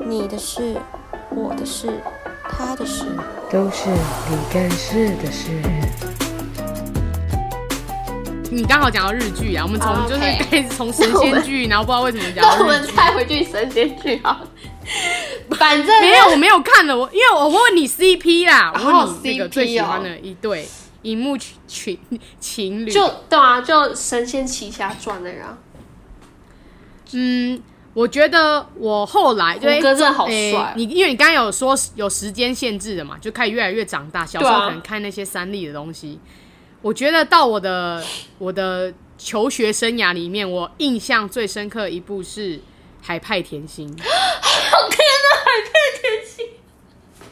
你的事、我的事、他的事。都是你干事的事。你刚好讲到日剧啊，我们从哦就是 OK 开始从神仙剧， 然后不知道为什么讲那我到们日剧。再回去神仙剧啊。 反正没有，我没有看了，我因为我问你 CP 啦，我哦问你这个 CP 最喜欢的一对荧幕情情侣，就对啊，就《神仙奇侠传》的人啊，嗯，我觉得我后来就胡歌真的好诶帅你因为你刚刚有说有时间限制的嘛，就开始越来越长大，小时对候啊可能看那些三立的东西。我觉得到我 的我的求学生涯里面，我印象最深刻一部是《海派甜 心》。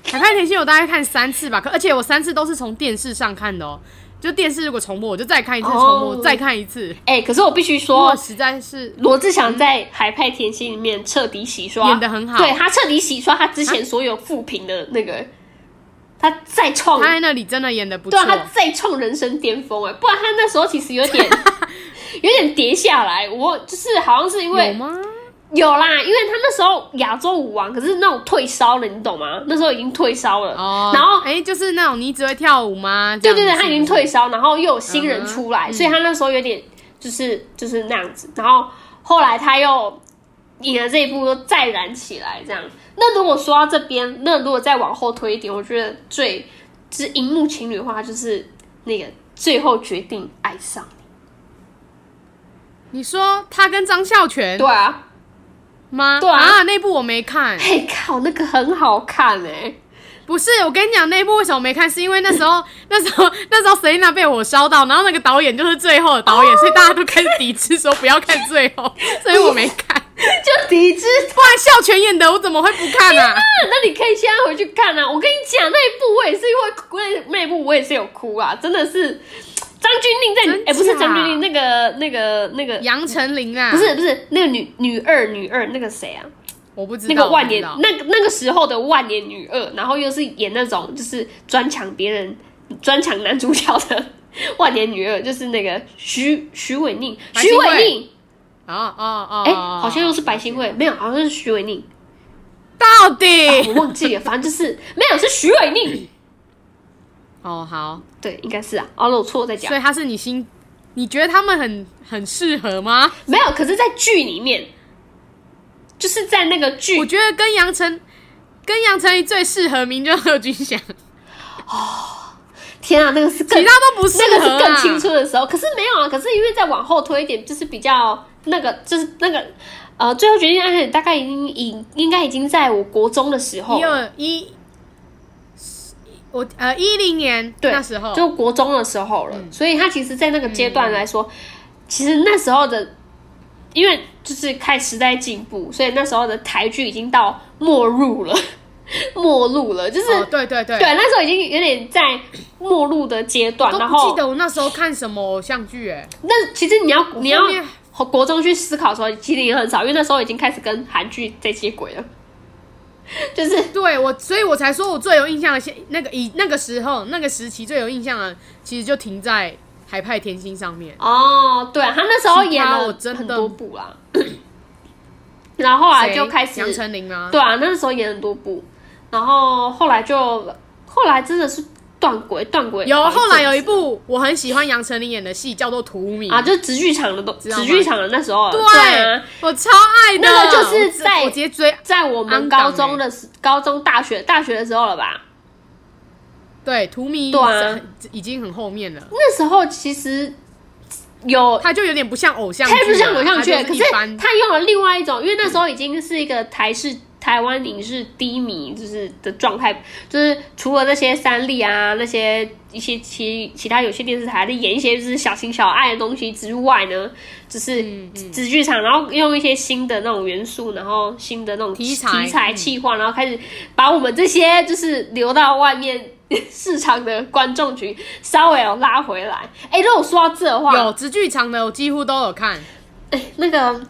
海派甜心我大概看三次吧，可而且我三次都是从电视上看的哦。就电视如果重播，我就再看一次重播哦再看一次。哎、可是我必须因为说我，实在是罗志祥在《海派甜心》里面彻底洗刷，演得很好对他彻底洗刷他之前所有负评的那个，他再创，他在那里真的演的不哦对错啊，。他再创人生巅峰哎，不然他那时候其实有点有点跌下来，我就是好像是因有为吗？有啦，因为他那时候亚洲舞王，可是那种退烧了，你懂吗？那时候已经退烧了，哦，然后哎、就是那种你只会跳舞吗？对对对，这样子他已经退烧，然后又有新人出来，嗯哼所以他那时候有点就是就是那样子。然后后来他又演了这一部，又再燃起来这样。那如果说到这边，那如果再往后推一点，我觉得最就是荧幕情侣的话，就是那个最后决定爱上你。你说他跟张孝全对 啊，吗？对啊那部我没看。嘿哎靠，那个很好看哎、不是，我跟你讲，那部为什么没看？是因为那时候， 那时候，那时候 Selina 被我烧到，然后那个导演就是最后的导演，所以大家都开始抵制说不要看最后， 所以我没看。 就抵制不然孝全演的，我怎么会不看 啊？那你可以现在回去看啊！我跟你讲，那一部我也是因为那那一部我也是有哭啊，真的是张钧甯在真哎、不是假张钧甯，那个那个那个杨丞琳啊，不是不是那个女女二女二那个谁啊？我不知道那个万年我不知道那个那个时候的万年女二，然后又是演那种就是专抢别人专抢男主角的 万年女二，就是那个徐徐伟宁，白徐欣慧伟宁哦哦哦，哎、好像又是白欣慧，没有，好像是徐伟宁，啊到底我忘记了，反正就是没有是徐伟宁。哦好，对，应该是啊。哦，那我错了再讲所以。他是你心，你觉得他们很很适合吗？没有，可是，在剧里面，就是在那个剧我觉得跟杨丞跟杨丞琳最适合名就是贺军翔，其天啊，那个是更他都不适那个合、啊。是更青春的时候。可是没有啊，可是因为再往后推一点，就是比较那个，就是那个呃，最后决定案大概已经已应该已经在我国中的时候一，二一，我呃一零年对，那时候哦嗯就国中的时候了。所以他其实，在那个阶段来说，其实那时候的。因为就是看时代进步，所以那时候的台剧已经到末路了， 末路了，就是、哦对对对，对，那时候已经有点在末路的阶段，都然不记后得我那时候看什么偶像剧哎、那其实你要你要后面国中去思考的时候，其实也很少，因为那时候已经开始跟韩剧在接轨了， 就是对我，所以我才说我最有印象的现那个以那个时候那个时期最有印象的，其实就停在《海派甜心》上面。哦，对、啊，他那时候演其他了我真的很多部啦， 然后后来谁就开始杨丞琳吗？对啊，那时候演很多部，然后后来就后来真的是断轨断轨，有后来有一部。部我很喜欢杨丞琳演的戏，叫做《荼蘼》啊，就是直剧场的都，知道吗直剧场的那时候，对，啊，我超爱的，那个就是我直在我直接追，在我们安档欸高中的时、高中、大学、大学的时候了吧？对，荼蘼对啊是很已经很后面了，那时候其实有，他就有点不像偶像剧啊，它不像偶像剧，它可就是是一般它用了另外一种，因为那时候已经是一个台式台湾影视低迷就是的状态，就是除了那些三立啊那些一些其其他有些电视台在演一些就是小情小爱的东西之外呢，就是嗯纸剧场，然后用一些新的那种元素，然后新的那种题材题材嗯气化，然后开始把我们这些就是流到外面市场的观众群稍微有拉回来。哎、如果说到这的话，有直剧场的，我几乎都有看，哎那个，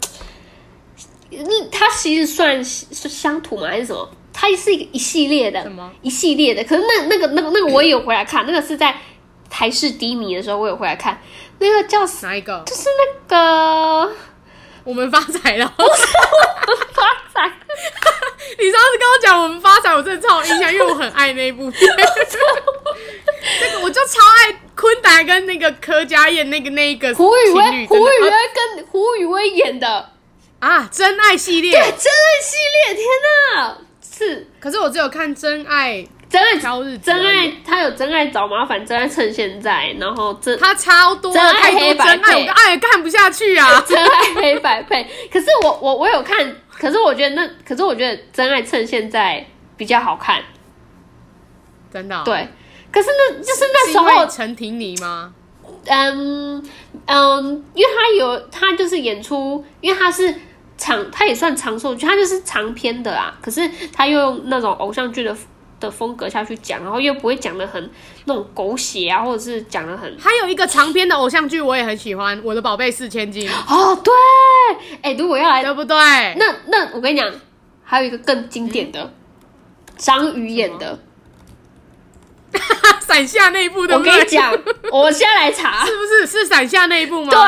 那它其实算是是乡土吗？还是什么？它是一个一系列的什么，一系列的。可是那那个那个那个我也有回来看，那个是在台 视低迷的时候我有回来看，那个叫啥？哪一个？就是那个 我们发财了。发财，你上次跟我讲我们发财，我真的超有印象，因为我很爱那一部片。 这个我就超爱昆达跟那个柯佳燕那个那一个胡宇情威，侣，胡宇真威的跟胡宇威演的，啊，真爱系对，列。真爱系列，天哪，是可是我只有看真爱真爱。挑日子而已，真爱，他有真爱找麻烦，真爱趁现在，然后真他超多真爱太多黑真白爱，配我跟爱也看不下去啊 。真爱黑白配。可是我我我有看，可是我觉得那，可是我觉得真爱趁现在比较好看，真的哦、对。可是那啊就是那是时因为候，陈婷妮吗？嗯嗯，因为他有他就是演出，因为他是长，他也算长寿剧，他就是长篇的啊。可是他又用那种偶像剧的的风格下去讲，然后又不会讲的很那种狗血啊，或者是讲的很还有一个长篇的偶像剧，我也很喜欢，《我的宝贝四千金》，哦，对，哎、如果要来对不对？那那我跟你讲，还有一个更经典嗯的，张宇演的。 伞下那一部，对我不对？跟你讲，我现在来查，是不是是伞下那一部吗？对，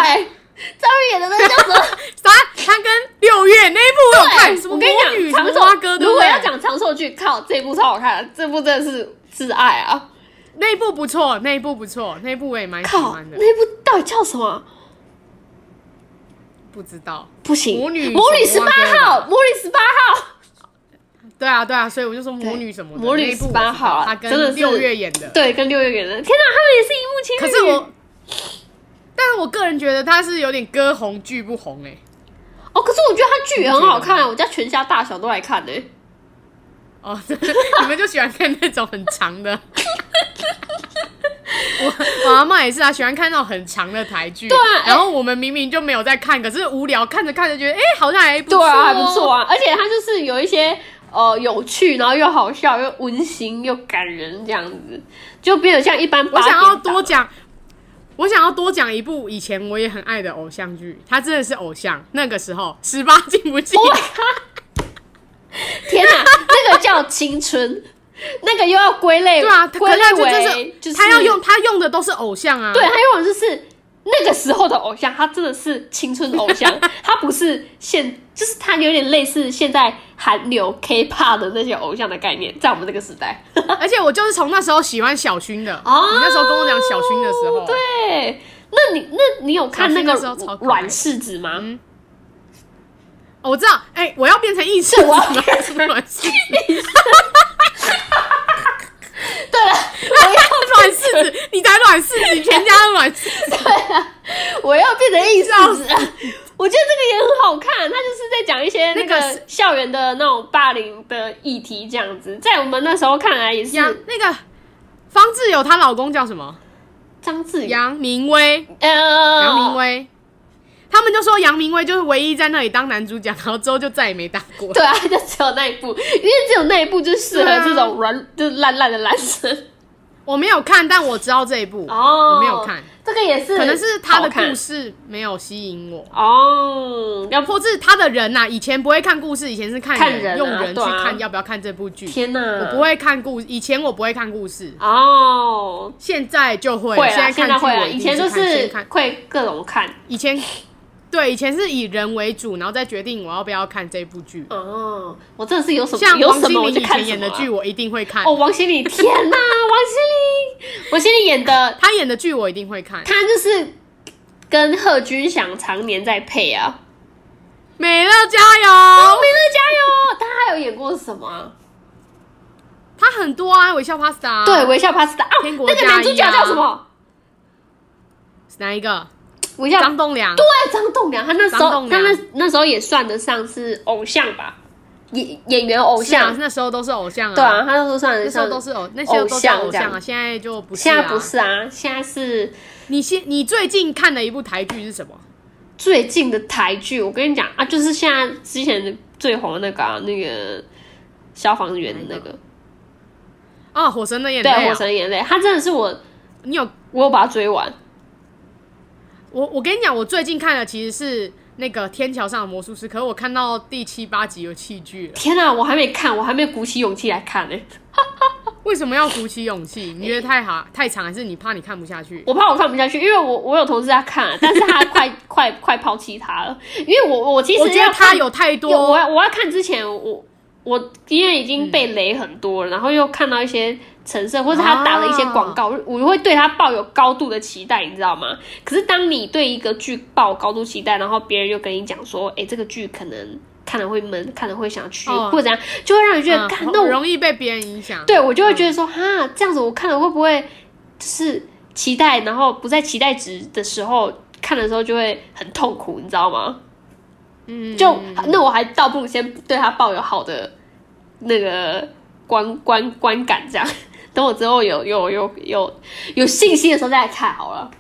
张宇演的那个叫什么？啥？他跟六月那一部 我有看，什对，么我跟魔你女讲，什长么蛙哥，对寿。如不果对？要讲长寿剧，靠，这部超好看的，这部真的是挚爱啊！那一部不错，那一部不错，那一部我也蛮喜靠，欢的。那部到底叫什么？不知道，不行，魔女魔女什十么八蛙哥号，魔女十八号，对啊对啊，所以我就说魔女什么的，对魔女那一部我十八号啊他真的跟是六月演的。对，跟六月圆的。天哪，他们也是一可幕情侣。是我，但是我个人觉得他是有点歌红剧不红哎、哦，可是我觉得他剧也很好看，啊我家全家大小都来看呢、哦， 真的你们就喜欢看那种很长的。我我阿妈也是啊，喜欢看那种很长的台剧。对啊然后我们明明就没有在看，可是无聊看着看着觉得，哎、好像还不错、哦对啊，还不错。啊，而且它就是有一些呃有趣，然后又好笑，又温馨，又感人这样子，就变得像一般八我点想档。要多讲，我想要多讲一部以前我也很爱的偶像剧，它真的是偶像。那个时候十八禁不禁？ 天哪、那个叫青春， 那个又要归类，对啊，可归是他类就为是就是他要用，他用的都是偶像啊。对，还有就是那个时候的偶像，他真的是青春偶 像，他不是现，就是他有点类似现在韩流 K-pop 的那些偶像的概念，在我们这个时代。而且我就是从那时候喜欢小薰的。哦你那时候跟我讲小薰的时候，对，啊那你那你有看那个小薰那时候超可爱软柿子吗？嗯哦我知道，哎、我要变成异性是我吗要？什么软柿子？对了，我要软柿子，你才软柿子，你全家都软柿子。 我要变成艺术子。我觉得这个也很好看，它就是在讲一些那那个是个校园的那种霸凌的议题，这样子，在我们那时候看来也是杨那个方志友，她老公叫什么？张智宇，杨明威，呃，杨明，威。他们就说杨明威就是唯一在那里当男主角，然后之后就再也没打过。对啊，就只有那一部，因为只有那一部就适对合啊这种软，就是烂烂的男生。我没有看，但我知道这一部，哦，我没有看，，这个也是，可能是他的故事事没有吸引我，哦，要或是他的人呐、以前不会看故事，以前是看看人啊用人去对啊看要不要看这部剧。天啊哪，我不会看故，以前我不会看故事，哦，现在就会，会啦，在看现在剧会啦，我以一定前就看是先看会各种看，以前。对，以前是以人为主，然后再决定我要不要看这部剧。哦，我真的是有什么像有王什心么我凌就以看前什演么的啊、剧，我一定会看。哦，王心凌， 天哪，王心凌，王心凌演的，他演的剧我一定会看。她就是跟贺军翔常年在配啊。哦美乐加油！美乐加油！她还有演过什么啊？他很多啊，微笑 Pasta 啊。对，微笑 pasta 啊，天国那个嫁男主衣啊角叫什么？哪一个？微笑张栋梁。对张栋梁，他那时张候栋他梁那那时候也算得上是偶像吧，演演员偶是啊像，。那时候都是偶像啊。对啊，，他那时候算那得时候上都是偶，那些都叫偶这像啊。样。现在就不是、啊。现在不。是啊，现在是你先，你最近看的一部台剧是什么？最近的台剧，我跟你讲啊，就是现在之前最红的那个、啊、那个消防员的那个，哦，《火神的眼泪对，《啊火》神的眼泪》，他真的是我，你有我有把它追完。我我跟你讲，我最近看的其实是那个《天桥上的魔术师》，可是我看到第七八集有弃剧了。天哪、我还没看，我还没鼓起勇气来看呢、为什么要鼓起勇气？你觉得太哈太长，还是你怕你看不下去？我怕我看不下去，因为我我有同事在看，但是他快快 快快抛弃他了，因为我我其实我觉要得他看有太有我多，要我要看之前，我我因为已经被雷很多了，然后又看到一些成色，或者他打了一些广告，啊我会对他抱有高度的期待，你知道吗？可是当你对一个剧抱高度期待，然后别人又跟你讲说，哎、这个剧可能看了会闷，看了会想去，哦或者怎样，就会让你觉得，嗯看、好那我容易被别人影响。对我就会觉得说，哈，这样子我看了会不会就是期待，然后不在期待值的时候看的时候就会很痛苦，你知道吗？嗯，就那我还倒不如先对他抱有好的那个观观观感，这样等我之后有有有有有信心的时候再来看好了。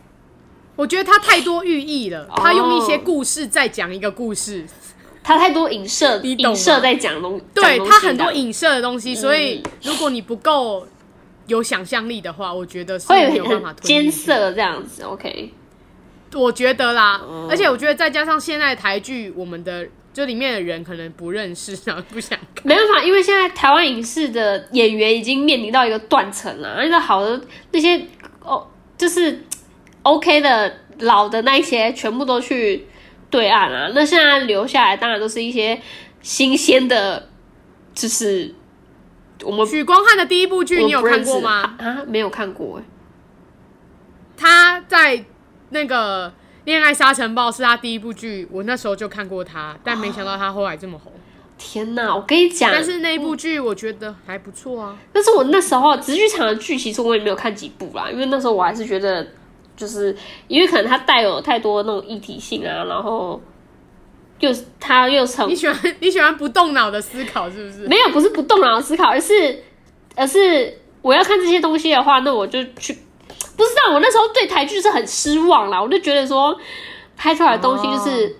我觉得他太多寓意哦了，他用一些故事再讲一个故事，他太多影射你懂影吗射在讲东，对讲东西他很多的嗯影射的东西，所以如果你不够有想象力的话，我觉得是没会有办很法很推艰进去涩这样子。OK，我觉得啦，嗯而且我觉得再加上现在的台剧，我们的就里面的人可能不认识，然后不想看。没办法，因为现在台湾影视的演员已经面临到一个断层了，那个好的那些哦，就是 OK 的老的那一些，全部都去对岸啊。那现在留下来，当然都是一些新鲜的，就是我们许光汉的第一部剧你有我不认看识过吗？啊，没有看过哎、他在那个《恋爱沙尘暴》是他第一部剧，我那时候就看过他，但没想到他后来这么红。哦天哪，我跟你讲，但是那一部剧我觉得还不错啊。但是我那时候直剧场的剧，其实我也没有看几部啦，因为那时候我还是觉得，就是因为可能它带有太多那种议题性啊，然后又是它又成你喜欢 你喜欢不动脑的思考是不是？没有不是不动脑思考，而是而是我要看这些东西的话，那我就去不知道我那时候对台剧是很失望啦，我就觉得说拍出来的东西就是、哦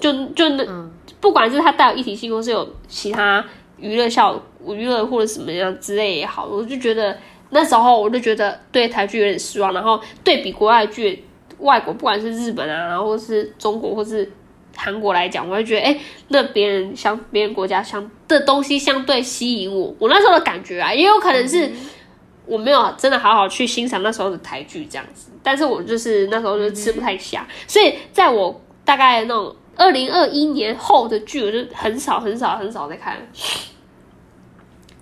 就就那、嗯不管是它带有议题性，或是有其他娱乐效娱乐或者什么样之类也好，我就觉得那时候我就觉得对台剧有点失望，然后对比国外剧。外国不管是日本啊，然后或是中国或是韩国来讲，我会觉得，哎、那别人相别人国家相的东西相对吸引我，我那时候的感觉啊，也有可能嗯是我没有真的好好去欣赏那时候的台剧这样子，但是我就是那时候就吃不太下，嗯所以在我大概那种二零二一年后的剧，我就很少很少很少在看，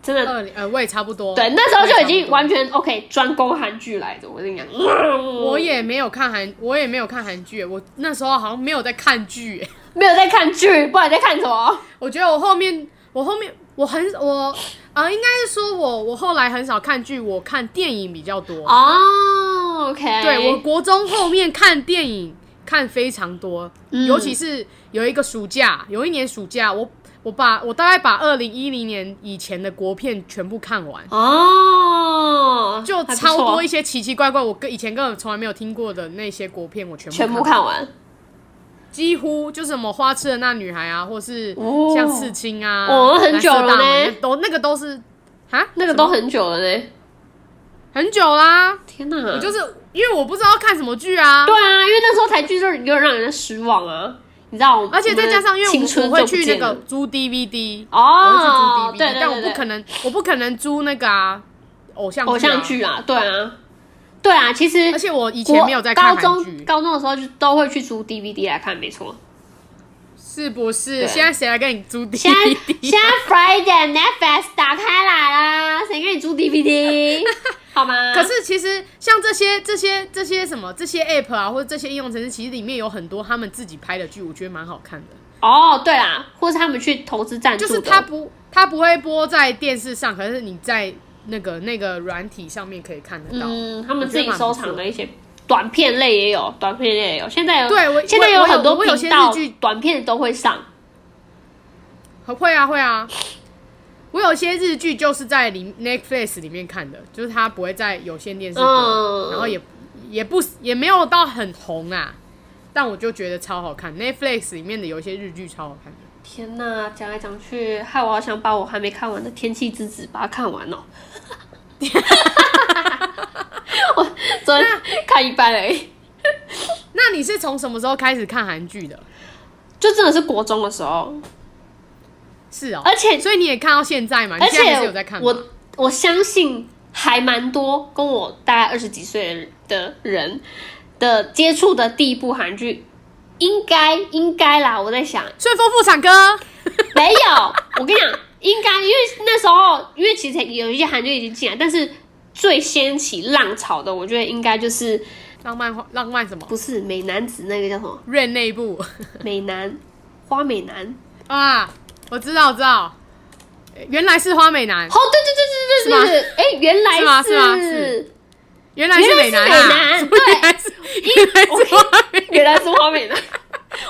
真的二零呃，我也差不多。对，那时候就已我也差不经多完全 OK 专攻韩剧来着，我跟你讲，我也没有看韩，我也没有看韩剧，我那时候好像没有在看剧、欸没有在看剧，不然在看什么？我觉得我后面，我后面我很我呃，应该是说我我后来很少看剧，我看电影比较多。哦、o k 对我国中后面看电影看非常多，嗯尤其是有一个暑假，有一年暑假，我我把我大概把二零一零年以前的国片全部看完。哦，就还不超错多一些奇奇怪怪，我跟以前根本从来没有听过的那些国片，我全部全部看完，看完。几乎就是什么花痴的那女孩啊，或是哦像刺青啊，哦很久了呢蓝色大门那都那个都是啊，那个什么都很久了呢，很久啦，天哪！我就是因为我不知道看什么剧啊对，啊，因为那时候台剧就是有让人失望啊，你知道我，而且再加上因为我们青我春我会就不去那见个了租 DVD，我会去哦，租对 DVD，对但对我对不可能我不可能租那个啊偶像偶像剧剧啊，对啊，对啊，其实啊，而且我以以前没有在看高韩中剧，高中的时候就都会去租 DVD 来看，没错。是不是？对现在谁来跟你租 DVD？现在现在 Friday Netflix 打开来啦，谁给你租 DVD？好吗？可是其实像这些这些这些什么这些 app 啊，或者这些应用程式，其实里面有很多他们自己拍的剧，我觉得蛮好看的。哦，对啦，或是他们去投资赞助就的，是它不它不会播在电视上，可是你在那个那个软体上面可以看得到。嗯，他们我觉自得己蛮不收错藏的一些短片类也有，短片类也有。现在有对我现在我我有很多我有频些道日剧短片都会上。会啊会啊，我有些日剧就是在里 Netflix 里面看的，就是它不会在有线电视播，嗯然后也也不也没有到很红啊，但我就觉得超好看。Netflix 里面的有一些日剧超好看的。天呐，讲来讲去，害我好想把我还没看完的《天气之子》把它看完哦。 我昨天看一半 而已，那你是从什么时候开始看韩剧的？就真的是国中的时候，是哦，而且所以你也看到现在嘛？你而现在还是且有在看吗我我相信还蛮多跟我大概二十几岁的人的接触的第一部韩剧，应该应该啦，我在想，顺丰妇产科，没有，我跟你讲，应该因为那时候，因为其实有一些韩剧已经进来，但是最掀起浪潮的，我觉得应该就是浪漫花浪漫什么？不是美男子那个叫什么瑞内部 美男花美男啊，我知道，我知道，原来是花美男哦，，对对对对对对，哎、原来是吗是吗是原来是美男原啊来 是，美男原来是原来是花美男 原来是花美男。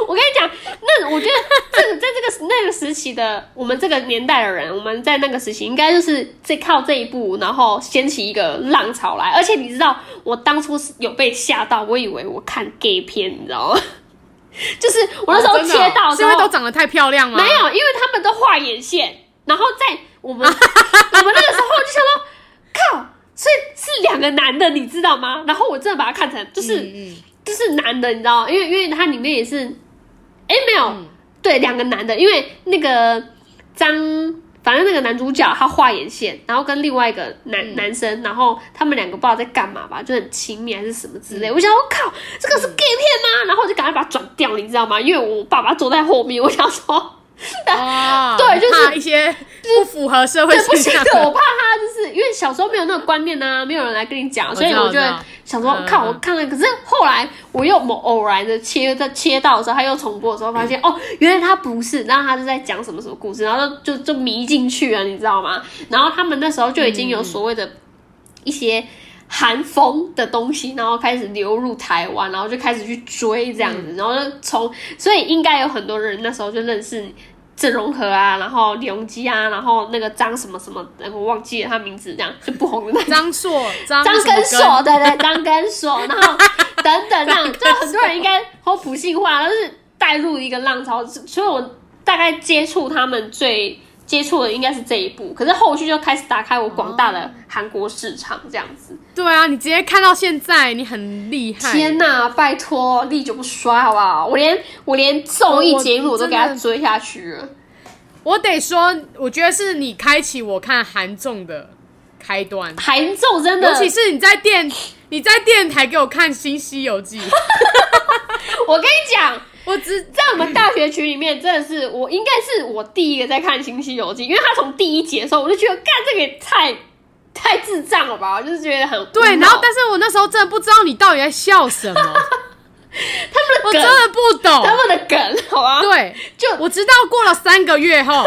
我跟你讲，那我觉得这个在这个那个时期的我们这个年代的人，我们在那个时期应该就是这靠这一部，然后掀起一个浪潮来。而且你知道，我当初是有被吓到，我以为我看 gay 片，你知道吗？ 就是我那时候真的切哦到的是时因候，为都长得太漂亮吗？没有，因为他们都画眼线，然后在我们我们那个时候就想说，靠，所以是两个男的，你知道吗？然后我真的把它看成就是、嗯就是男的，你知道吗因为因为它里面也是，哎、没有，对，两个男的，因为那个张，反正那个男主角他画眼线，然后跟另外一个男、男生，然后他们两个不知道在干嘛吧，就很亲密还是什么之类。我想，我靠，这个是 gay 片吗？啊然后我就赶快把它转掉，你知道吗？因为我爸爸坐在后面，我想说。哦，对就是怕一些不符合社会对，不现行象的，我怕他就是因为小时候没有那个观念呐、啊，没有人来跟你讲，所以我我知就道会想说嗯嗯看我看了，可是后来我又某偶然的切在切到的时候，他又重播的时候，发现、哦，原来他不是，然后他是在讲什么什么故事，然后就就就迷进去了，你知道吗？然后他们那时候就已经有嗯所谓的一些。韩风的东西，然后开始流入台湾，然后就开始去追这样子，嗯然后就从，所以应该有很多人那时候就认识郑容和啊，然后李荣基啊，然后那个张什么什么，呃我忘记了他名字，这样就不红的那 个张硕、张张什么根硕，对对，张根硕，然后等等这样，就很多人应该好普信化，但是带入一个浪潮，所以我大概接触他们最接触的应该是这一部，可是后续就开始打开我广大哦的韩国市场这样子。对啊，你直接看到现在，你很厉害。天呐，拜托，历久不衰，好不好？我连我连综艺我节目我都真给他的追下去了。我得说，我觉得是你开启我看韩综的开端，韩综真的，尤其是你在电你在电台给我看《新西游 记》，我跟你讲，我只在我们大学群里面，真的是我应该是我第一个在看《新西游记》，因为他从第一集的时候，我就觉得干这个也太太智障了吧，我就是觉得很对，无然脑后但是我那时候真的不知道你到底在笑什 么，他我真们的梗，的不懂。他们的梗，好 吧，对，就我知道过了三个月后，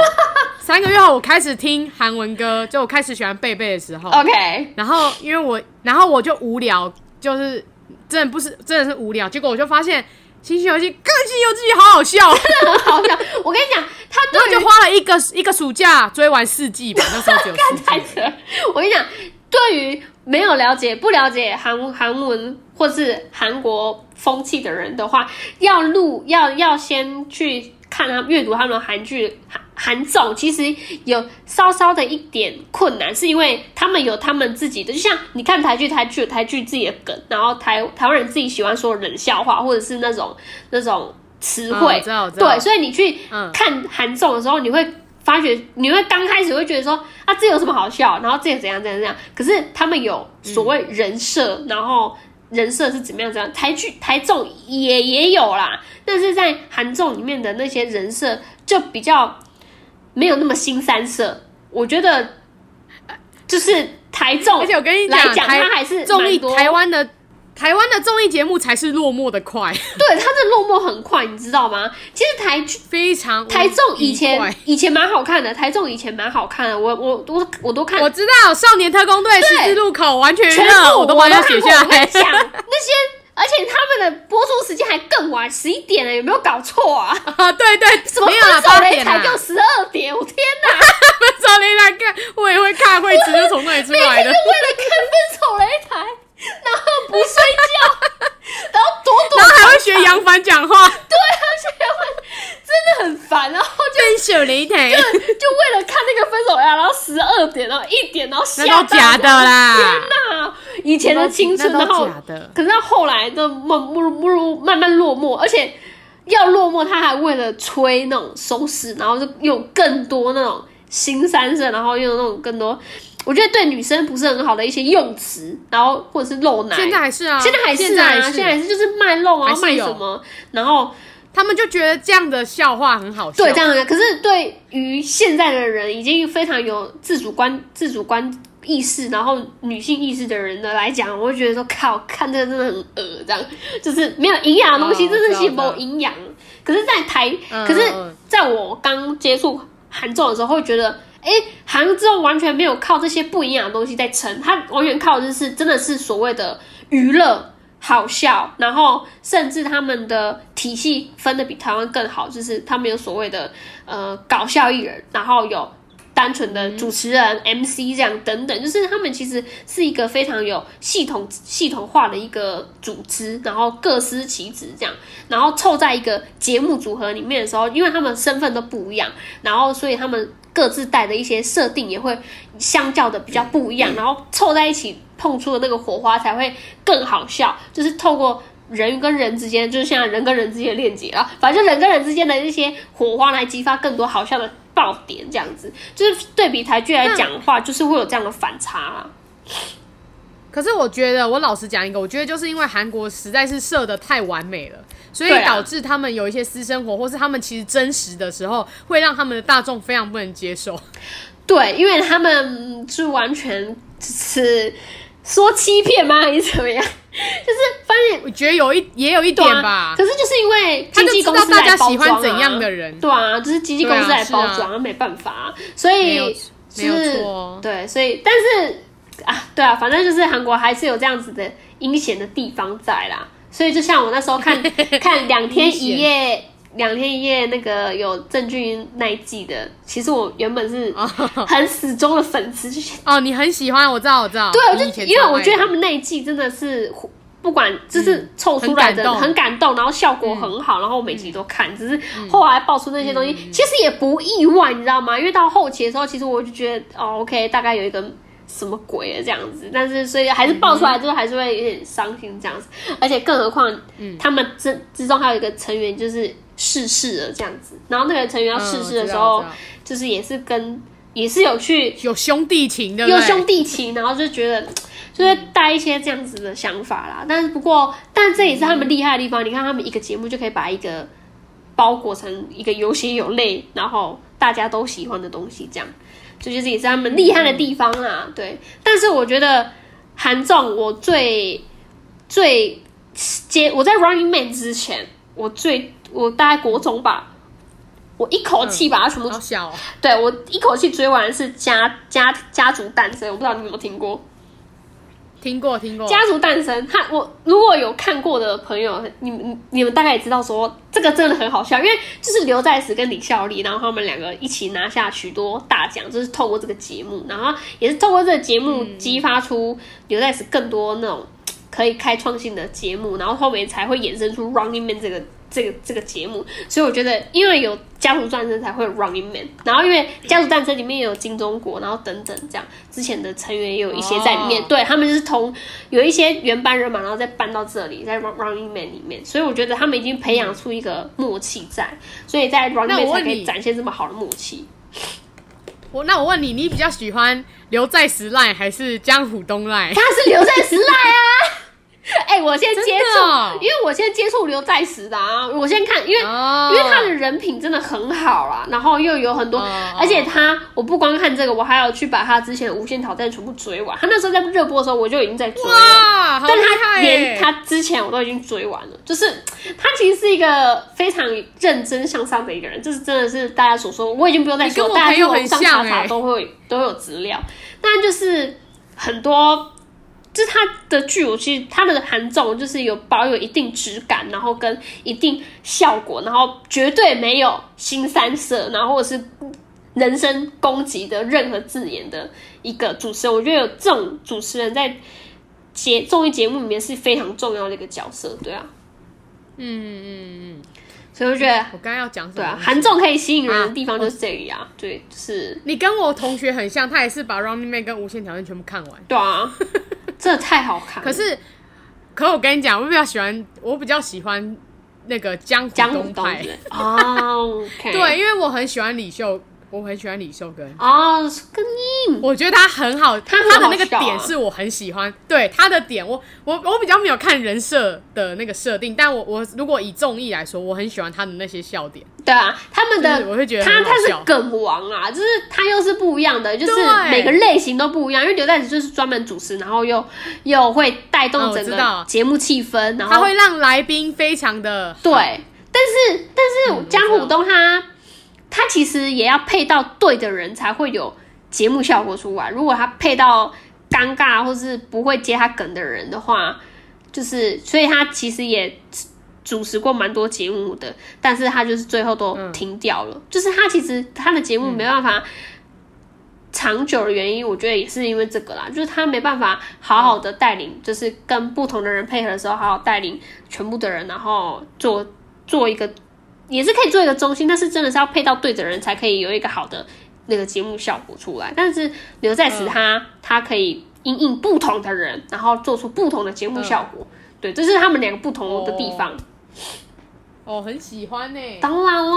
三个月后我开始听韩文歌，就我开始喜欢贝贝的时哦候， OK，然后因为我，然后我就无聊，就是真的不是真的是无聊，结果我就发现《新西游记》更《新西游记》好好笑，然很好笑。我跟你讲，他后对就于花了一个一个暑假追完四季吧，那时候只有 四季太扯了，我跟你讲，对于没有了解、不了解韩韩文或是韩国风气的人的话，要录要要先去看他们阅读他们的韩剧韩韩综，其实有稍稍的一点困难，是因为他们有他们自己的，就像你看台剧，台剧有台剧自己的梗，然后台台湾人自己喜欢说冷笑话，或者是那种那种词嗯汇我知道我，知道对，所以你去嗯看韩综的时候，你会发觉，你会刚开始会觉得说啊，这有什么好笑？然后这个怎样怎样怎样。可是他们有所谓人设，然后人设是怎么样怎么样。台剧台综也也有啦，但是在韩综里面的那些人设就比较没有那么新三色。我觉得就是台综，而且我跟你来讲，讲，台它还是综艺蛮多台湾的。台湾的综艺节目才是落寞的快，对它的落寞很快，你知道吗？其实台剧非常台综以无敌前快以前蛮好看的，台综以前蛮好看的，我我我我都看我知道《少年特工队》《十字路口》完全娱全乐，部我都把我它看写过下我跟来你。讲那些，而且他们的播出时间还更晚，十一点了，有没有搞错啊？啊， 对对，什么没有啦，分手八擂点啊啦台就十二点，我天 哪！分手擂台看，我也会看，会直就从那里出来每天的就。为了看分手擂台，然后不睡 觉，然后躲躲然后还会学杨凡讲 话，真的很烦，然后就分手擂台，就为了看那个分手擂台，然后十二点，然后一点，然后下那都假的啦天。哪，以前的青春，那然都后假的可是到后来的慢不如不如慢慢落寞，而且要落寞，他还为了吹那种收视，然后就有更多那种新三色，然后又有那种更多，我觉得对女生不是很好的一些用词，然后或者是露奶，现在还是啊，现在还是现在啊，还现在还是就是卖肉啊，还是卖有什么，然后他们就觉得这样的笑话很好笑。对，这样的。可是对于现在的人，已经非常有自主观、自主观意识，然后女性意识的人的来讲，我会觉得说，靠，看这个真的很恶，这样就是没有营养的东西，哦真的我是知道没有营养。可是，在台，嗯可是嗯在我刚接触韩综的时候，会觉得。哎，韩综完全没有靠这些不营养的东西在撑，它完全靠的就是真的是所谓的娱乐好笑，然后甚至他们的体系分的比台湾更好，就是他们有所谓的呃搞笑艺人，然后有单纯的嗯主持人、MC 这样等等，就是他们其实是一个非常有系统系统化的一个组织，然后各司其职这样，然后凑在一个节目组合里面的时候，因为他们身份都不一样，然后所以他们各自带的一些设定也会相较的比较不一样，然后凑在一起碰出的那个火花才会更好笑，就是透过。人跟人之间，就是像人跟人之间的链接啊，反正就人跟人之间的一些火花来激发更多好笑的爆点，这样子，就是对比台剧来讲的话，就是会有这样的反差啦。可是我觉得，我老实讲一个，我觉得就是因为韩国实在是设的太完美了，所以对啊导致他们有一些私生活，或是他们其实真实的时候，会让他们的大众非常不能接受。对，因为他们是完全就是说欺骗吗，还是怎么样？ 就是发现我觉得有一也有一点对啊吧可，是就是因为他经就纪知公道司大来家包喜装、啊、欢怎样的人。对啊，就是经纪公司对啊来是包啊装，没办法、啊，所以没有就没有是错哦对，所以但是啊，对啊，反正就是韩国还是有这样子的阴险的地方在啦。所以就像我那时候 看看两天一夜。两天一夜那个有郑钧那一季的，其实我原本是很死忠的粉丝，就觉得哦，你很喜欢，我知道，我知道。对，我你以就前因为超我爱觉的得嗯他们那一季真的是不管就是凑出很来感的、动嗯很感动，然后效果很好，然后我每集都看，只是后来爆出那些东西，其实也不意外，你知道吗？因为到后期的时候，其实我就觉得哦，OK，大概有一个。什么鬼啊，这样子，但是所以还是爆出来之后，还是会有点伤心这样子，而且更何况，嗯他们之之中还有一个成员就是逝世了这样子，然后那个成员要逝嗯世的我知时道我候知道，就是也是跟也是有去有兄弟情，对不有对？兄弟情，然后就觉得就是带一些这样子的想法啦。但是不过，但这也是他们厉害的地方。你看他们一个节目就可以把一个包裹成一个有血有泪，然后大家都喜欢的东西，这样，这就是也是他们厉害的地方啦。对，但是我觉得韩综我最最接我在 Running Man 之前，我最我大概国中吧。我一口气把它全部好小、哦，对我一口气追完的是家家家族诞生，我不知道你有没有听过听过听过。家族诞生。他我如果有看过的朋友，你们你们大概也知道说这个真的很好笑，因为就是刘在石跟李孝利，然后他们两个一起拿下许多大奖，就是透过这个节目，然后也是透过这个节目激发出刘在石更多那种可以开创性的节目，然后后面才会衍生出 Running Man 这个这个这个节目。所以我觉得，因为有家族战争才会有 Running Man，然后因为家族战争里面也有金钟国，然后等等这样，之前的成员也有一些在里面，哦对他们就是同有一些原班人马，然后再搬到这里，在 Run- Running Man 里面，所以我觉得他们已经培养出一个默契在，所以在 Running 那 Man 我才问可以你展现这么好的默契。我那我问你，你比较喜欢刘在石赖还是江虎东赖？他是刘在石赖啊！ 哎、我先接触，真的哦因为我先接触刘在石的啊，我先看，因为、哦因为他的人品真的很好啦，然后又有很多，哦而且他我不光看这个，我还有去把他之前的《无限挑战》全部追完。他那时候在热播的时候，我就已经在追了。啊哇，好但厉他害连耶！他之前我都已经追完了，就是他其实是一个非常认真向上的一个人，就是真的是大家所说，我已经不用再你跟说，我大家朋去友网很上像查查欸都会都有资料，但就是很多。就是他的剧，我其实他们的韩综就是有保有一定质感，然后跟一定效果，然后绝对没有新三色，然后或者是人身攻击的任何字眼的一个主持人。我觉得有这种主持人在节综艺节目里面是非常重要的一个角色，对啊，嗯嗯嗯，所以我觉得我刚刚要讲什么？对啊，韩综可以吸引人的哦啊地方就是这里啊，对，就是你跟我同学很像，他也是把《Running Man》跟《无限挑战》全部看完。对啊，真的太好看了。可是，可我跟你讲，我比较喜欢，我比较喜欢那个江湖江东东派。人哦，OK， 对，因为我很喜欢李秀，我很喜欢李秀根。哦，跟你我觉得他很好，他很他的好那个笑啊点是我很喜欢，对他的点，我我我比较没有看人设的那个设定，但我我如果以综艺来说，我很喜欢他的那些笑点，对啊，他们的、就是我会觉得他很好他是笑梗王啊，就是他又是不一样的，就是对每个类型都不一样。因为刘在石就是专门主持，然后又又会带哦动我整知个道节目气氛，然他后会让来宾非常的对。但是但是江虎东他他其实也要配到对的人才会有节目效果出来。如果他配到尴尬或是不会接他梗的人的话，就是所以他其实也主持过蛮多节目的，但是他就是最后都停掉了。就是他其实他的节目没办法长久的原因，我觉得也是因为这个啦，就是他没办法好好的带领，就是跟不同的人配合的时候，好好带领全部的人，然后做做一个也是可以做一个中心，但是真的是要配到对的人才可以有一个好的那个节目效果出来。但是刘在嗯石他、他可以因应不同的人，然后做出不同的节目效果。对，这是他们两个不同的地方。哦，很喜欢呢、当然喽，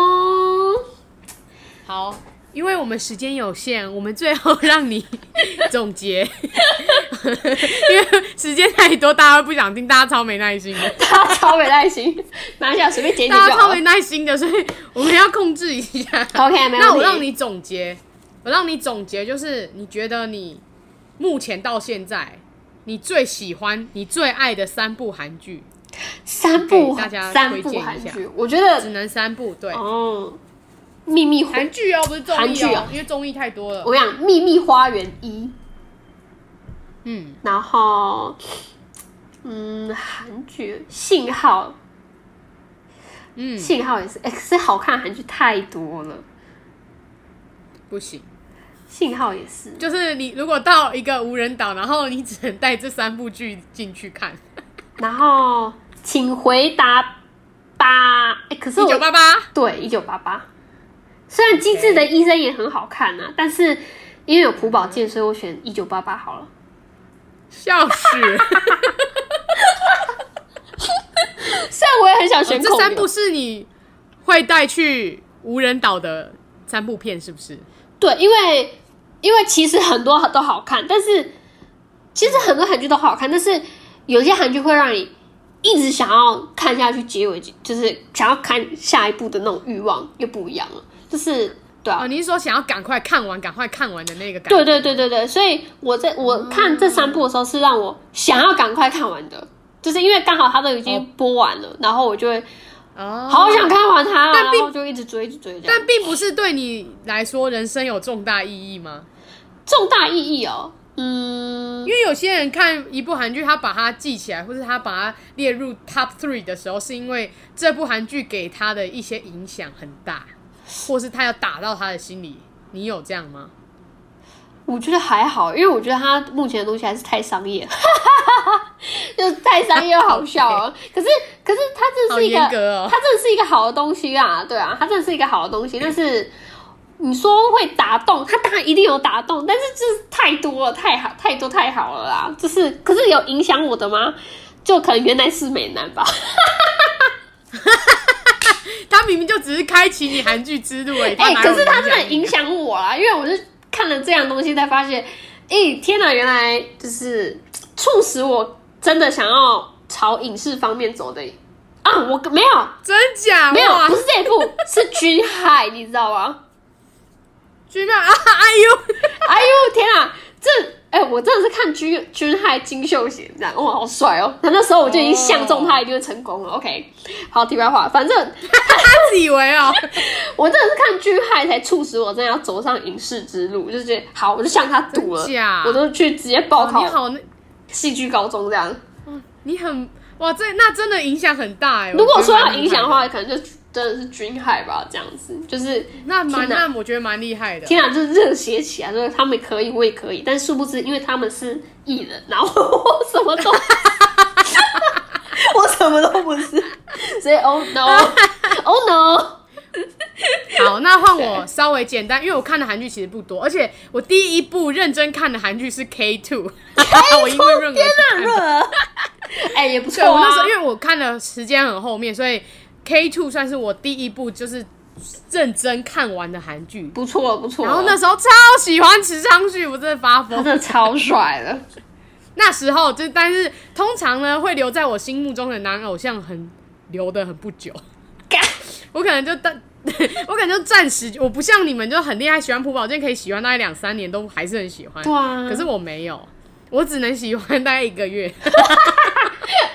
好，因为我们时间有限，我们最后让你总结， 因为时间太多，大家会不想听，大家超没耐心的， 大家超没耐心，拿下随便剪一剪大就家哎好超了没。耐心的，所以我们要控制一 下。 OK，没 问题。那我让你总结，我让你总结，就是你觉得你目前到现在，你最喜欢、你最爱的三部韩剧，三部给大家三推部荐一韩下剧，我觉得只能三部，对，哦，《秘密花》韩剧哦，不是综韩艺剧哦哦，因为综艺太多了我。想《秘密花园一》，嗯，然后嗯，韩剧《信号》，嗯信号》也是，哎、可是好看的韩剧太多了，《不行。信号》也是，就是你如果到一个无人岛，然后你只能带这三部剧进去看，然后《请回答吧》哎，可是一我九八八，对，一九八八。虽然《机智的医生》也很好看呐、但是因为有朴宝嗯剑，所以我选一九八八好了。笑 死！虽然我也很想选、哦这三部，是你会带去无人岛的三部片，是不是？对，因为因为其实很多都好看，但是其实很多韩剧都好看，但是有些韩剧会让你一直想要看下去，结尾就是想要看下一部的那种欲望又不一样了，就是对啊，哦，你是说想要赶快看完、赶快看完的那个感哦对觉？对对对对，所以我在我看这三部的时候，是让我想要赶快看完的，就是因为刚好它都已经播完了，然后我就会哦，好想看完它哦，但然并后就一直追，一直追这样但。并不是对你来说人生有重大意义吗？重大意义哦，嗯因，为有些人看一部韩剧，他把它记起来，或者他把它列入 top three 的时候，是因为这部韩剧给他的一些影响很大，或是他要打到他的心里。你有这样吗？我觉得还好，因为我觉得它目前的东西还是太商业了， 就是太商业又好笑 哦。可是可是它这好是一个严格哦它真的是一个好的东西啊，对啊，它真的是一个好的东西，但是。你说会打动它，当然一定有打动，但是就是太多了，太好，太多太好了啦。就是，可是有影响我的吗？就可能原来是美男吧。他明明就只是开启你韩剧之路而已。 哎、哪有可是他真的影影响我啊，因为我是看了这样东西才发现，哎、天哪，原来就是促使我真的想要朝影视方面走的啊！我没有响？真假？没有啊哇，不是这一 部，是军海，你知道吗？居然啊！哎呦，哎呦天啊，这哎、我真的是看军军海金秀贤这样，哇，好帅哦！那那时候我就已经相中他一定会成功了。OK，好，题外话，反正他自以为 哦，我真的是看剧害才促使我真的要走上影视之路，就是觉得好，我就向他赌了真假，哦我就去直接报你考好，嗯那戏剧高中这样。你很哇，这那真的影响很大哎。如果我觉说得要蛮厉害影响的，话，可能就真的是军害吧，这样子就是那蛮天哪那我觉得蛮厉害的。天啊，就是热血起来，就是他们可以，我也可以，但殊不知因为他们是艺人，然后我什么 都，我什么都不是，所以 oh no，oh no，好，那换我稍微简单，因为我看的韩剧其实不多，而且我第一部认真看的韩剧是 K Two，我 因为润儿去看的，哎、也不错对我那时啊候因，为我看的时间很后面，所以 K Two 算是我第一部就是认真看完的韩剧。不错不错。然后那时候超喜欢池昌旭，我真的发他疯。真的超帅的，那时候就，但是通常呢，会留在我心目中的男偶像很留的很不久。干 我可能就暂， 我可能就暂时，我不像你们就很厉害，喜欢朴宝剑可以喜欢大概两三年，都还是很喜欢。对啊可是我没有，我只能喜欢大概一个月。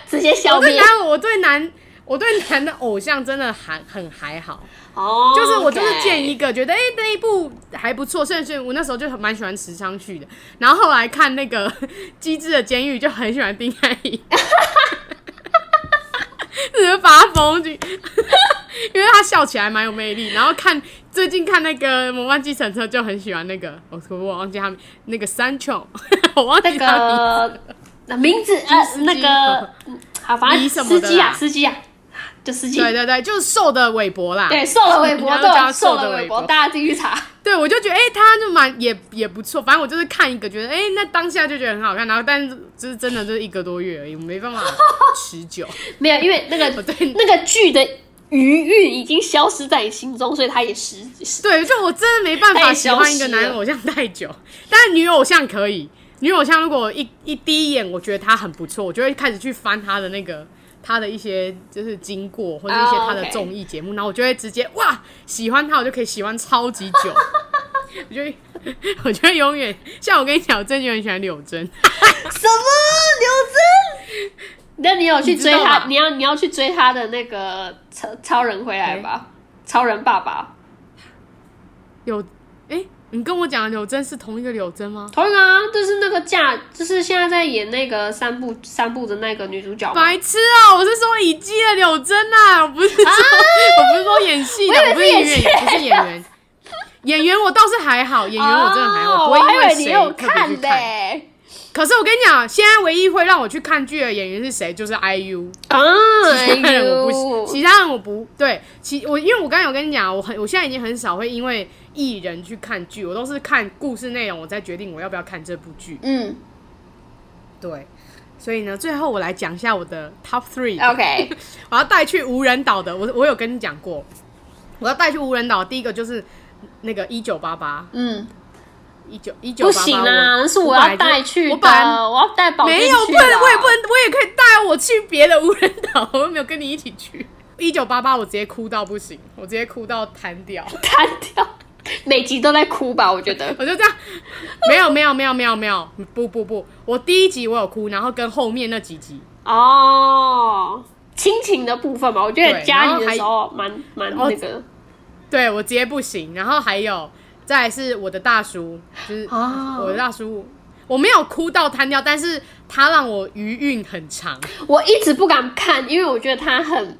直接消我对灭男，我对男，我对男的偶像真的还很还好，哦，就是我就是见议一个觉得哎、那一部还不错，甚至我那时候就很蛮喜欢池昌旭的，然后后来看那个《机智的监狱》就很喜欢丁海寅，只是发疯就。因为他笑起来蛮有魅力，然后看最近看那个《魔幻计程车》就很喜欢那个，我我忘记他名那个 Sancho，我 忘那记他名字个哦那名字呃司机那个嗯好，反李正什么司的机啊啦司机啊，就司机对对对，就是瘦的韦伯啦。对瘦了微博你要叫对他瘦瘦了的微微博，博大家自己去查。 对，我就觉得哎、诶他就蛮也也不错，反正我就是看一个觉得哎、诶那当下就觉得很好看，然后但是就是真的就是一个多月而已，我没办法持 久。没有，因为那 我个对那个剧的余韵已经消失在你心中，所以它也失失对，就我真的没办太法消喜欢一个失男了偶像太久，但女偶像可以。女偶像如果一一第一眼我觉得她很不错，我就会开始去翻她的那个她的一些就是经过或者一些哦她的 OK 综艺节目，然后我就会直接哇喜欢她，我就可以喜欢超级久。我就会 我就会永远像我跟你讲，我真的很喜欢柳真，什么刘真？那你有去追你知道他？吧你要你要去追他的那个超超人回来吧？超人爸爸，有哎、你跟我讲的柳真是同一个柳真吗？同一个啊，就是那个嫁，就是现在在演那个三部三部的那个女主角嘛。白痴啊！我是说乙姬的柳真啊，我不是说、我不是说演戏的，我我以为不是演员，是演戏也不是演员。演员我倒是还好，演员我真的还好，哦不我会还因以为你谁有特别去看。看嘞。可是我跟你讲，现在唯一会让我去看剧的演员是谁，就是 IU。啊，其他人 我不，哎呦其他人我不对，其我因为我刚才有跟你讲，我很我现在已经很少会因为艺人去看剧，我都是看故事内容，我再决定我要不要看这部剧。嗯对，所以呢，最后我来讲一下我的 top three。 ，OK，我要带去无人岛的，我我有跟你讲过，我要带去无人岛。第一个就是那个一九八八，嗯，一九一九不行啊，那是我要本来就带去的，我本来我要带宝没贝有，不去能，的。我也不能，我也可以带啊我去别的无人岛，我又没有跟你一起去。一九八八，我直接哭到不行，我直接哭到瘫掉， 弹掉，每集都在哭吧？我觉得我就这样，没有没有没有没有没有，不不不，我第一集我有哭，然后跟后面那几集，哦，亲情的部分吧，我觉得对家里然后的还时候蛮蛮哦那个对我直接不行。然后还有，再来是我的大叔，就是啊我的大叔，我没有哭到瘫掉，但是他让我余韵很长。我一直不敢看，因为我觉得他很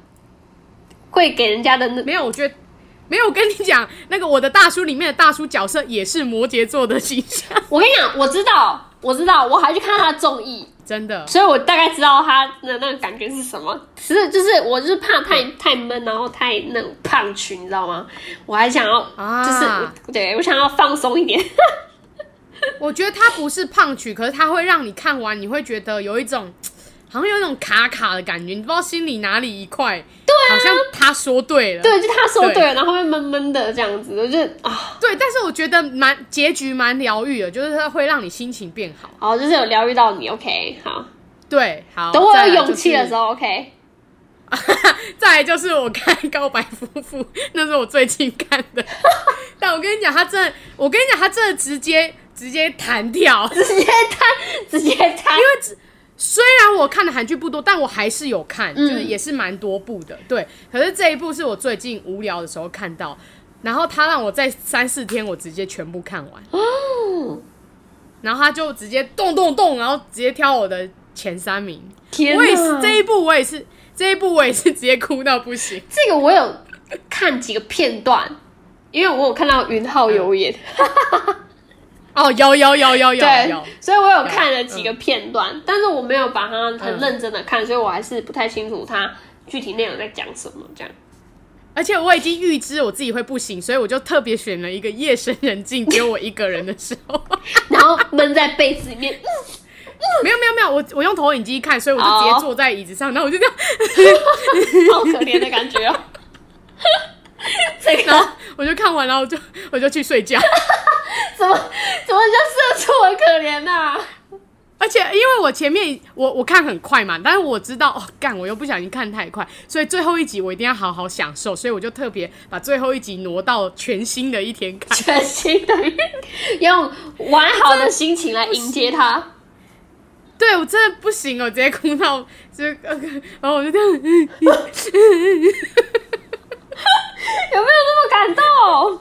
会给人家的那没有，我觉得没有。我跟你讲，那个我的大叔里面的大叔角色也是摩羯座的形象，我跟你讲，我知道，我知道，我还去看他的综艺，真的。所以我大概知道他的那个感觉是什么。只是就是我就是怕太嗯太闷，然后太那种胖去，你知道吗？我还想要，啊就是我对我想要放松一点。 我觉得他不是胖曲，可是他会让你看完，你会觉得有一种。好像有一种卡卡的感觉，你不知道心里哪里一块，对、好像他说 对了，对，就他说对对了，然后会闷闷的这样子，我就啊，对，但是我觉得蛮结局蛮疗愈的，就是它会让你心情变好。好，就是有疗愈到你，OK，好，对，好，等我再来有就是勇气的时，候，OK， 再来就是我看《 告白夫妇》，那是我最近看的。 但我跟你讲，他真的，我跟你讲，他真的直接直接弹 跳。直接他，直接他，因为虽然我看的韩剧不多，但我还是有看，嗯就是也是蛮多部的。对，可是这一部是我最近无聊的时候看到，然后他让我在三四天我直接全部看完。然后他就直接动动动，然后直接挑我的前三名。天我也哪，是这一部，我也是这一部，我也是直接哭到不行。这个我有看几个片段，因为我有看到云浩有演，哦，有有有有有对有，，所以我有看了几个片段，但是我没有把它很认真的看，所以我还是不太清楚它具体内容在讲什么 这样。而且我已经预知我自己会不行，所以我就特别选了一个夜深人静，只有我一个人的时候。 然后闷在被子里 面，没有没有没有，我我用投影机看，所以我就直接坐在 椅子上，然后我就这样，哦好可怜的感觉哦。这这个然后我就看完，然后我就我就去睡觉。 怎么怎么叫社畜很可怜啊呐、而且因为我前面我我看很快嘛，但是我知道哦，干我又不小心看太快，所以最后一集我一定要好好享受，所以我就特别把最后一集挪到全新的一天看。全新的一天，用完好的心情来迎接 他。对我真的不行，我直接哭到就，呃然后我就这样，嗯有没有那么感动？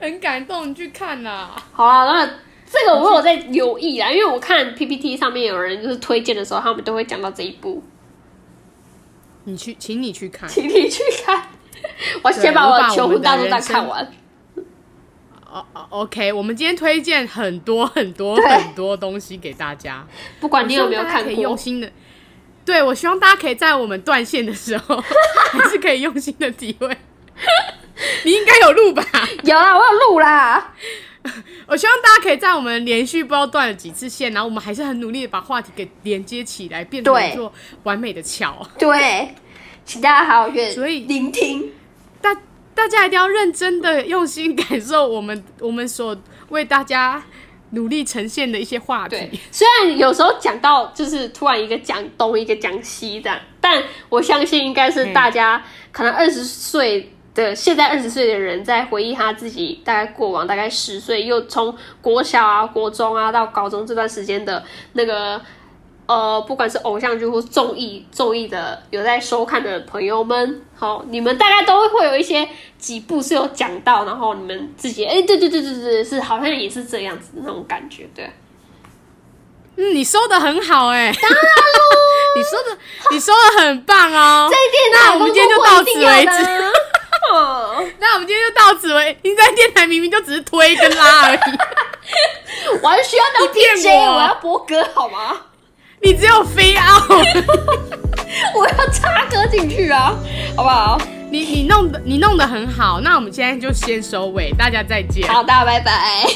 很感动，你去看呐、啊好啦，那这个我有在留意啦，因为我看 PPT 上面有人就是推荐的时候，他们都会讲到这一部，你去，请你去看。请你去看。 我先对把我我把《求我们婚的大作战人》生看完。哦哦，OK，我们今天推荐很多很多对很多东西给大家，不管你有没有我希望大看家可以用过，心的。对，我希望大家可以在我们断线的时候， 还是可以用心的体会。你应该有录吧？有啦，我有录啦。我希望大家可以在我们连续不知道断了几次线，然后我们还是很努力的把话题给连接起来，变成对一座完美的桥。 对，请大家好好阅，所以聆听。大大家一定要认真的、用心感受我们 我们所为大家努力呈现的一些话对题。，虽然有时候讲到就是突然一个讲东一个讲西这样，但我相信应该嗯是大家可能二十岁的现在二十岁的人在回忆他自己大概过往大概十岁，又从国小啊、国中啊到高中这段时间的那个。呃，不管是偶像剧或是综艺，综艺的有在收看的朋友们，好，你们大概都会有一些几部是有讲到，然后你们自己，哎、对对对对对，是好像也是这样子那种感觉，对。嗯，你收的很好哎、 你收的你收的很棒哦。在电那台我们今天就到此为止。止。哦， 那我们今天就到此为。你在电台明明就只是推跟拉而已， 我还需要当你骗 DJ，我我要播歌好吗？你只有非要我要插歌进去啊，好不好？ 你你弄的你弄得很好。那我们现在就先收尾，大家再见。好，大家拜拜。